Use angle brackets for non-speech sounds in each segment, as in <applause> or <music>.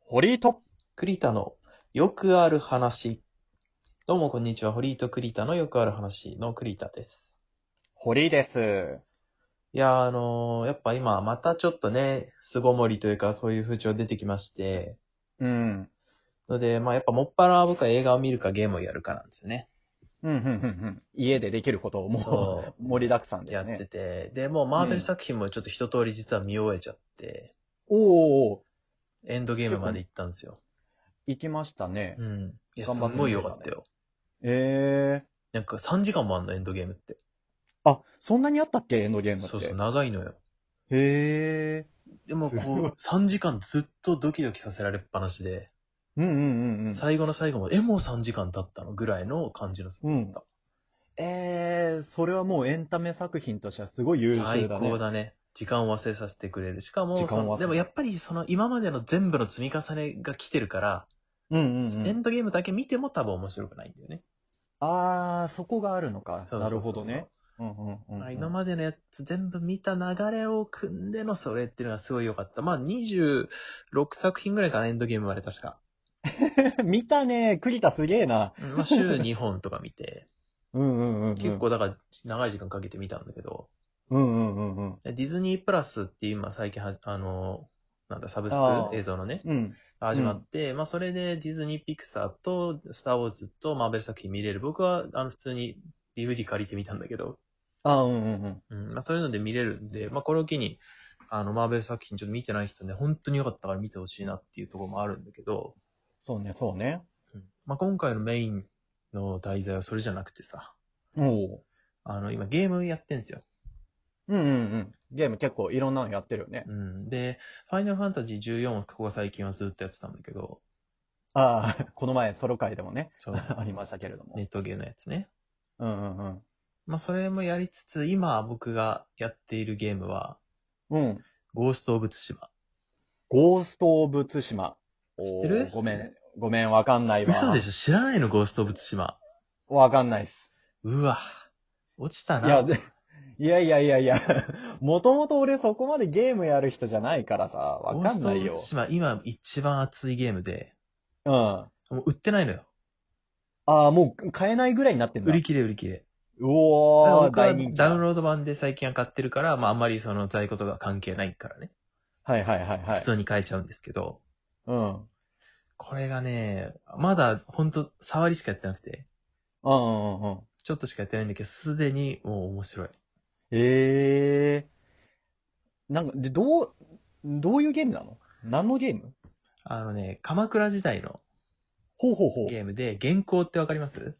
ホリーと、栗田のよくある話。どうもこんにちは。堀井と栗田のよくある話の栗田です。ホリーです。いやー、あのーやっぱ今またちょっとね、凄盛りというかそういう風潮出てきまして、うん。ので、まあやっぱもっぱら僕は映画を見るかゲームをやるかなんですよね。うん、うん、うん、うん。家でできることをもそう盛りだくさんう。でやすってね。て、で、もうマーベル作品もちょっと一通り実は見終えちゃって、おーおーおーエンドゲームまで行ったんですよ。行きましたね。うん。いや、す頑張ってごい良かったよ。ええなんか3時間もあんの、エンドゲームって。ー。あ、そんなにあったっけエンドゲームって。そうそう、長いのよ。へえ。でもすごいこう、3時間ずっとドキドキさせられっぱなしで、うん、うん、うん、うん。最後の最後まで、え、もう3時間経ったのぐらいの感じの、うん。ええー、それはもうエンタメ作品としてはすごい優秀最だ高ね。だね。時間を忘れさせてくれる。しかも時間を忘れそのでもやっぱりその今までの全部の積み重ねが来てるから、うん、うん、うエんン。ドゲームだけ見ても多分面白くないんだよね。あー、そこがあるのか。そうそうなそるうそほうどね。うん、うん、うんうん。今までのやつ全部見た流れを組んでのそれっていうのがすごい良かった。まあ26作品ぐらいかな、エンドゲームまで確か。 <laughs> 見たね。栗田すげえな。うんまあ週2本とか見て、うん、うん、うんうん。結。構だから長い時間かけて見たんだけど、うん、うん、うん、うん。ディズニープラスって今最近は、あの、なんだ、サブスあーク映像のね、うん。が始まって、まあそれでディズニーピクサーとスターウォーズとマーベル作品見れる。僕はあの普通に DVD 借りてみたんだけど、あ、うんうんうん。うん、まあそういうので見れるんで、まあこれを機に、あのマーベル作品ちょっと見てない人ね、本当に良かったから見てほしいなっていうところもあるんだけど、そうね、そうね。うんまあ今回のメインの題材はそれじゃなくてさ、おお。あの今ゲームやってんですよ。うんうんうん。ゲーム結構いろんなのやってるよねう。ん。で、ファイナルファンタジー14はここ最近はずっとやってたんだけど、ああ、この前ソロ会でもね、 <laughs> そうありましたけれども。ネットゲーのやつね。うんうんまあ、それもやりつつ、今僕がやっているゲームは、うん。うん。ゴースト・オブ・ツシマ。ゴースト・オブ・ツシマ。知ってるおーごめん、ごめん、わかんないわ。嘘でしょ知らないのゴースト・オブ・ツシマ。ょわかんないっす。うわ、落ちたいや、な。でいやいやいやいや、もともと俺そこまでゲームやる人じゃないからさ、わゴかーんスト・なオいブ・よツ。シマ、今一番熱いゲームで、うん。あもう売ってないのよ。あ、もう買えないぐらいになってんだ。売り切れ売り切れ。うおー、僕は大人気だ。ダウンロード版で最近は買ってるから、まああんまりその在庫とか関係ないからね。はいはいはいは普い。通に買えちゃうんですけど、うん。うんこれがね、まだほんと触りしかやってなくて、うんうん。ちょっとしかやってないんだけど、すでにもう面白い。ええなんか、で、どう、どういうゲームなの何のゲームあのね、鎌倉時代のほうほうほう。ゲームで、原稿ってわかります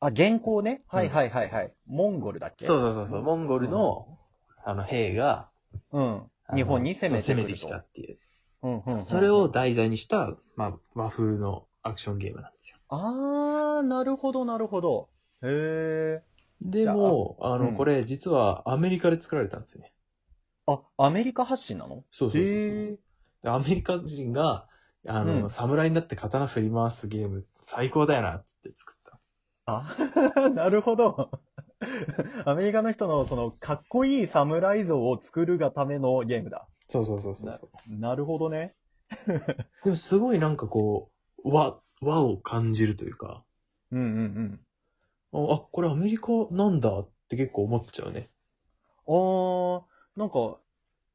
あ、原稿ね。うんはいはいはいはい。モンゴルだっけそうう。そうそうそう、モンゴルの、あの、兵が、うん。あの日本に攻めてくるとそう攻めてきたっていう。うんうんうん、それを。題材にした、まあ、和風のアクションゲームなんですよ。あー、なるほどなるほど。へえ。でじゃあも、あの、うんこれ、実はアメリカで作られたんですよね。あ、アメリカ発信なのそうそうそうへえ。でアメリカ人が、あの、うん侍になって刀振り回すゲーム、最高だよな、って作った。あ、 <laughs> なるほど。アメリカの人のそのかっこいい侍像を作るがためのゲームだ。そうそうそうそうそうなるほどね。でも、すごいなんかこう、和、和を感じるというか、うんうんうん。あ、これアメリカなんだって結構思っちゃうね。あー、なんか、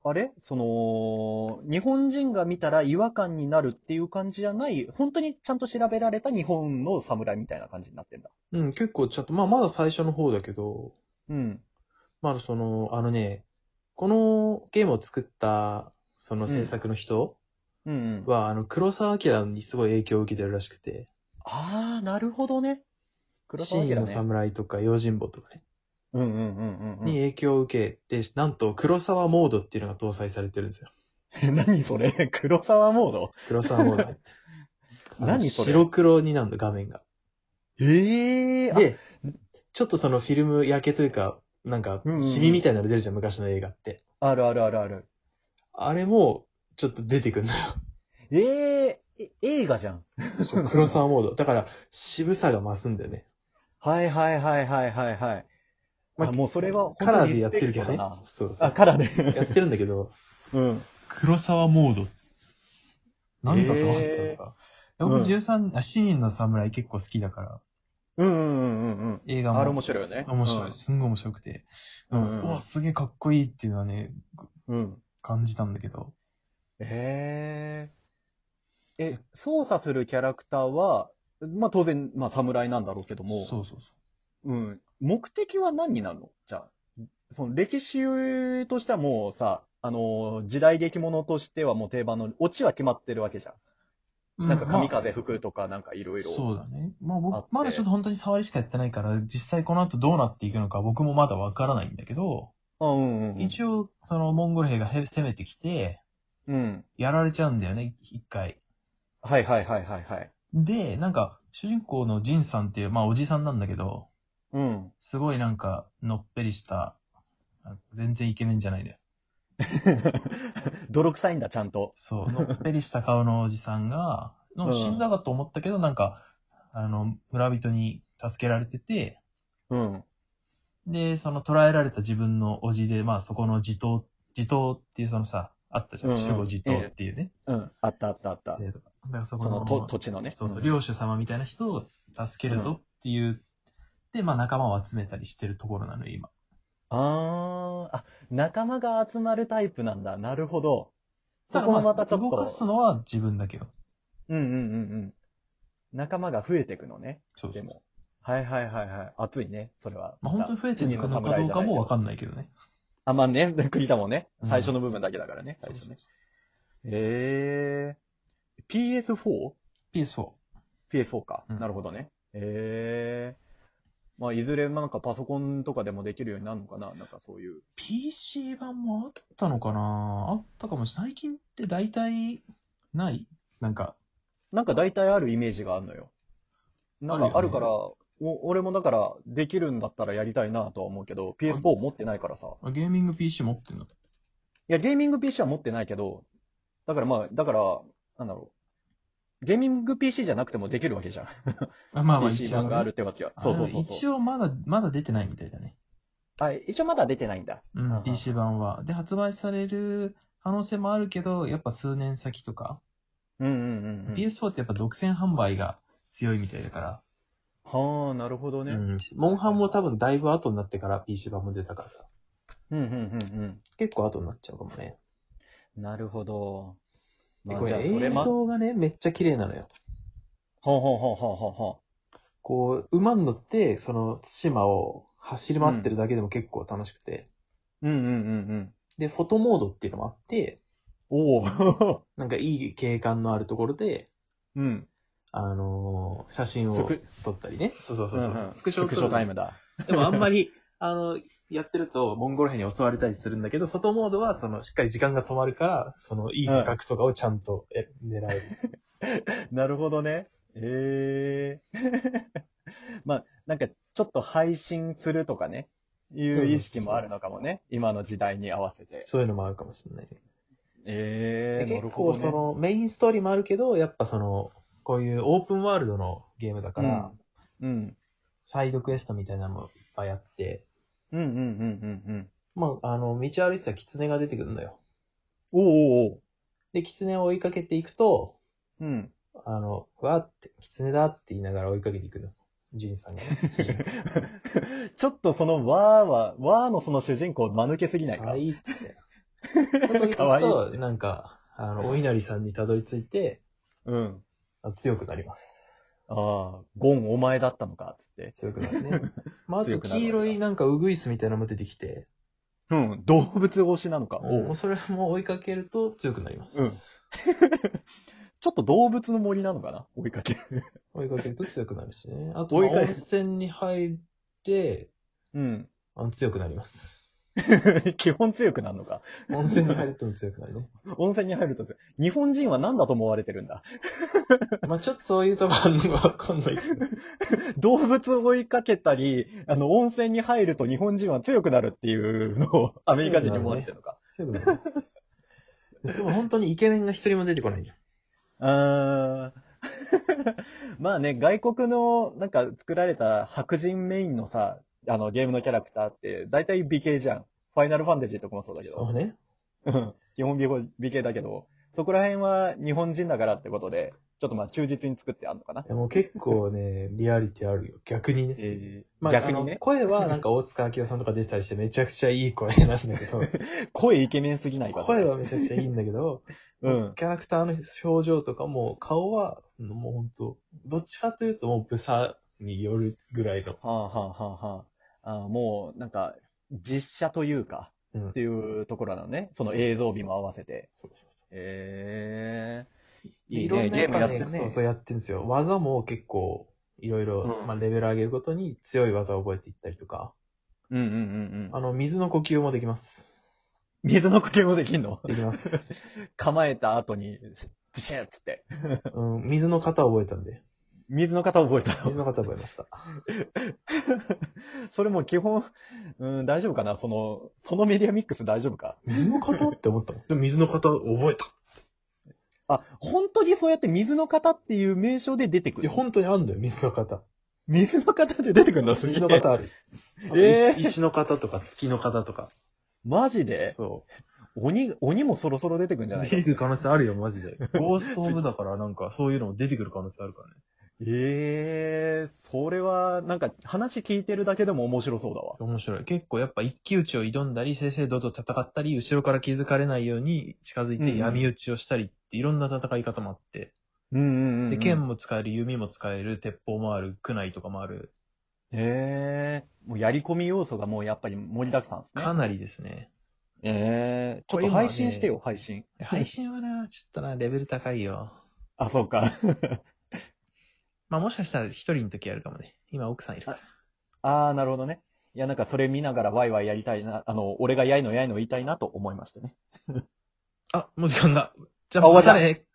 あれその、日本人が見たら違和感になるっていう感じじゃない、本当にちゃんと調べられた日本の侍みたいな感じになってんだ。うん、結構ちょっと、まあまだ最初の方だけど、うん。まあその、あのね、このゲームを作った、その制作の人うんうん。は、あの、黒沢明にすごい影響を受けてるらしくて、あー、なるほどね。黒シ沢明ーンのね。侍とか用心棒とかね、うんうんうんうんにう影響を受けて、なんと黒沢モードっていうのが搭載されてるんですよ。ん。 <laughs> 何それ <laughs> 黒沢モード黒沢モード入って。 <laughs> 何それあの白黒になるの、画面が。ええー、あ、で、ちょっとそのフィルム焼けというか、なんかうんう、んシミみたいなの出るじゃん、昔の映画って。あるあるあるある。あれも、ちょっと出てくるんだええー、え映画じゃん。よ。黒沢モード。だから、渋さが増すんだよね。はいはいはいはいはいはい。まああ、もうそれはカラーでやってるけど本ね当にリスペクトだな。そうそうそうあ、カラーやっで。てるんだけど、うん。黒沢モードっ何が変わったへーのか。僕13、あ、7人の侍結構好きだから、うんうんうんうん映う画ん。も。あれ面白いよね。面白い。すんごい面白くて。う。うんんうわ、すげえかっこいいっていうのはね、うん。うん。感じたんだけど。へえ。え、操作するキャラクターは、まあ当然、まあ侍なんだろうけども、そうそうそう。うん。目的は何になるのじゃあ、その歴史としてはもうさ、あの、時代劇ものとしてはもう定番の、オチは決まってるわけじゃん。なんか神風吹くとかなんかいろいまあそろ。うだね。まああって僕、まだちょっと本当に触りしかやってないから、実際この後どうなっていくのか僕もまだわからないんだけど、あうんうんうん。一応、そのモンゴル兵がへ攻めてきて、うん。やられちゃうんだよね、一回。はいはいはいはいはい。で、なんか、主人公のジンさんっていう、まあおじさんなんだけど、うん。 <laughs> すごいなんか、のっぺりした、あ全然イケメンじゃないね。泥臭いんだ、ちゃんと。 <laughs> そう、のっぺりした顔のおじさんが、うのん死んだかと思ったけど、なんか、あの、村人に助けられてて、うん。で、その捕らえられた自分のおじで、まあそこの地頭、地頭っていうそのさ、あったじゃん。うんうん守護地頭っていうね。うん。あったあったあった。制度がだからそこそののと土地のね。そうそう、ん領主様みたいな人を助けるぞっていう、で、まあ仲間を集めたりしてるところなのよ、今。あーあ、仲間が集まるタイプなんだ。なるほど。そただこもまたちょっ動かとす。のは自分だけど。うんうんうんうん。仲間が増えていくのね。そうそでう。も。はいはいはいはい。熱いね、それは。まあ本当に増えていくのかどうかもわかんないけどね。あ、まあね、 <laughs> 国だもんね。うん最初の部分だけだからね、最初ね。えー。PS4? PS4。 PS4 か。うんなるほどね。えー。まあ、いずれ、なんかパソコンとかでもできるようになるのかななんかそういう。 PC 版もあったのかなあったかもしれない。最近って大体、ないなんか、なんか大体あるイメージがあるのよ。なんかああるるかよねら、お俺もだから、できるんだったらやりたいなとは思うけど、PS4 持ってないからさ。ゲーミング PC 持ってんのいや、ゲーミング PC は持ってないけど、だからまあ、だから、なんだろう。ゲーミング PC じゃなくてもできるわけじゃん。あまあまあ、 PC 応版ねがあるってわけは。そうそうそうそう。一応まだ、まだ出てないみたいだね。あ、一応まだ出てないんだ。ううんうんん、 PC 版は。で、発売される可能性もあるけど、やっぱ数年先とか。うんうんうん、うん。 PS4 ってやっぱ独占販売が強いみたいだかはあ、なるほどら。ね。うん。モンハンも多分だいぶ後になってから PC 版も出たからさ。うん、うん、うん、結構後になっちゃうかもね。うん。なるほど。で、まこあ、じゃあ、れそれ映ま、ほう像がね、めっちゃ綺麗なのよ。ほうほうほうほうほこう、馬に乗って、その、対馬を走り回ってるだけでも結構楽しくて。う。うん、うん、うん、うん。で、フォトモードっていうのもあって、おお。 <laughs> なんかいい景観のあるところで、うん。あのー写真スをク撮ったりね。そうそうそうそう、んんスクショを撮るタイムだ。でもあんまり、あの、やってると、モンゴル兵に襲われたりするんだけど、フォトモードは、その、しっかり時間が止まるから、その、いい画角とかをちゃんとえ狙える。なるほどね。ええ <laughs> まあ、なんか、ちょっと配信するとかね、いう意識もあるのかもね。今の時代に合わせて。そういうのもあるかもしれないね。ええでなる結ほど、構、ね。その、メインストーリーもあるけど、やっぱその、こういうオープンワールドのゲームだから、うん。サイドクエストみたいなのもいっぱいあって、うんうんうんうんうん。まあ、あの、道歩いてたらキツネが出てくるんだよ。おうおうおう。で、キツネを追いかけていくと、うん。 <laughs> あの、わーって、狐だって言いながら追いかけていくの。ジンさんが、ね。主人公ちょっとそのわーは、わーのその主人公、間抜けすぎないかか <laughs> わ。いいって言って。かわいいそうそうなんか、あの、お稲荷さんにたどり着いて、うん。あ強くなります。ああ、ゴンお前だったのか、つって。強くな <laughs> るね。まあ、あと強くなるわけだ黄色いなんかウグイスみたいなのも出てきて、うん。動物推しなのか。おもううそれも追いかけると強くなります。うん。ちょっと動物の森なのかな追いかける。追いかけると強くなるしね。あと、追まいあかける温泉に入って、うん。 <laughs> あの強くなります。基本強くなるのか。温泉に入るとも強くなるね。温泉に入ると強い。日本人は何だと思われてるんだ。まあ、ちょっとそういうとこあるのかわかんないけど。動物を追いかけたり、あの、温泉に入ると日本人は強くなるっていうの <laughs> をアメリカ人に思われてるのか。強くなります。そう、本当にイケメンが一人も出てこないんだよ。あー <laughs> まあね、外国のなんか作られた白人メインのさ、あのゲームのキャラクターって大体美形じゃん。ファイナルファンタジーとかもそうだけそうど。ね。うん基本美形だけど、そこら辺は日本人だからってことで、ちょっとまあ忠実に作ってあるのかな。いやもう結構ね、リアリティあるよ。逆にね。えまあ、逆にあのね、<laughs> 声はなんか大塚明夫さんとか出てたりしてめちゃくちゃいい声なんだ <laughs> けど、声イケメンすぎないかと声はめちゃくちゃいいんだ <laughs> けど、うん。キャラクターの表情とかも顔はもう本当どっちかというともうブサによるぐらいの。はあはあはあはあ。あーもう、なんか、実写というか、うんっていうところなのね。その映像美も合わせて。ええいいね、ゲームやってるね。そうそうやってるんですよ。技も結構いろいろう、んまあレベル上げるごとに強い技を覚えていったりとか、うんうんうんうあん。の、水の呼吸もできます。水の呼吸もできんのでき <laughs> ます。構えた後に、プシューっつって。うん、水の型を覚えたんで。水の型覚えたの水の型覚えました。それも基本、うん、大丈夫かなその、そのメディアミックス大丈夫か <laughs> 水の型って思ったもん。でも水の型覚えた。あ、本当にそうやって水の型っていう名称で出てくいや、る。本当にあるんだよ、水の型。水の型で出てくるんだ、すげえ水の型あ <laughs> る。あとえー石石の型とか月の型とか。マジでそ鬼、鬼もそろそろ出てくるんじゃう。ないか出てくる可能性あるよ、マジで。 <laughs> ゴーストオブだから、なんか、そういうのも出てくる可能性あるからね。ええそれは、なんか、話聞いてるだけでも面白そうだわ。面白い。結構やっぱ一騎打ちを挑んだり、正々堂々戦ったり、後ろから気づかれないように近づいうんうてん闇打ちをしたりっていろんな戦い方もあって。うんうんうん。で、剣。も使える、弓も使える、鉄砲もある、苦内とかもある。ええもうやり込み要素がもうやっぱり盛りだくさんですねか。なりです <laughs> ね。ええちょっと配信してよ、配信。配信はな、ちょっとな、レベル高いよ。あ、そうか。 <laughs> まあもしかしたら一人の時やるかもね。今奥さんいるから。ああ、なるほどね。いや、なんかそれ見ながらワイワイやりたいな、あの、俺がやいのやいの言いたいなと思いましたね。あ、もう時間が。じゃあ、あ終わまったたね。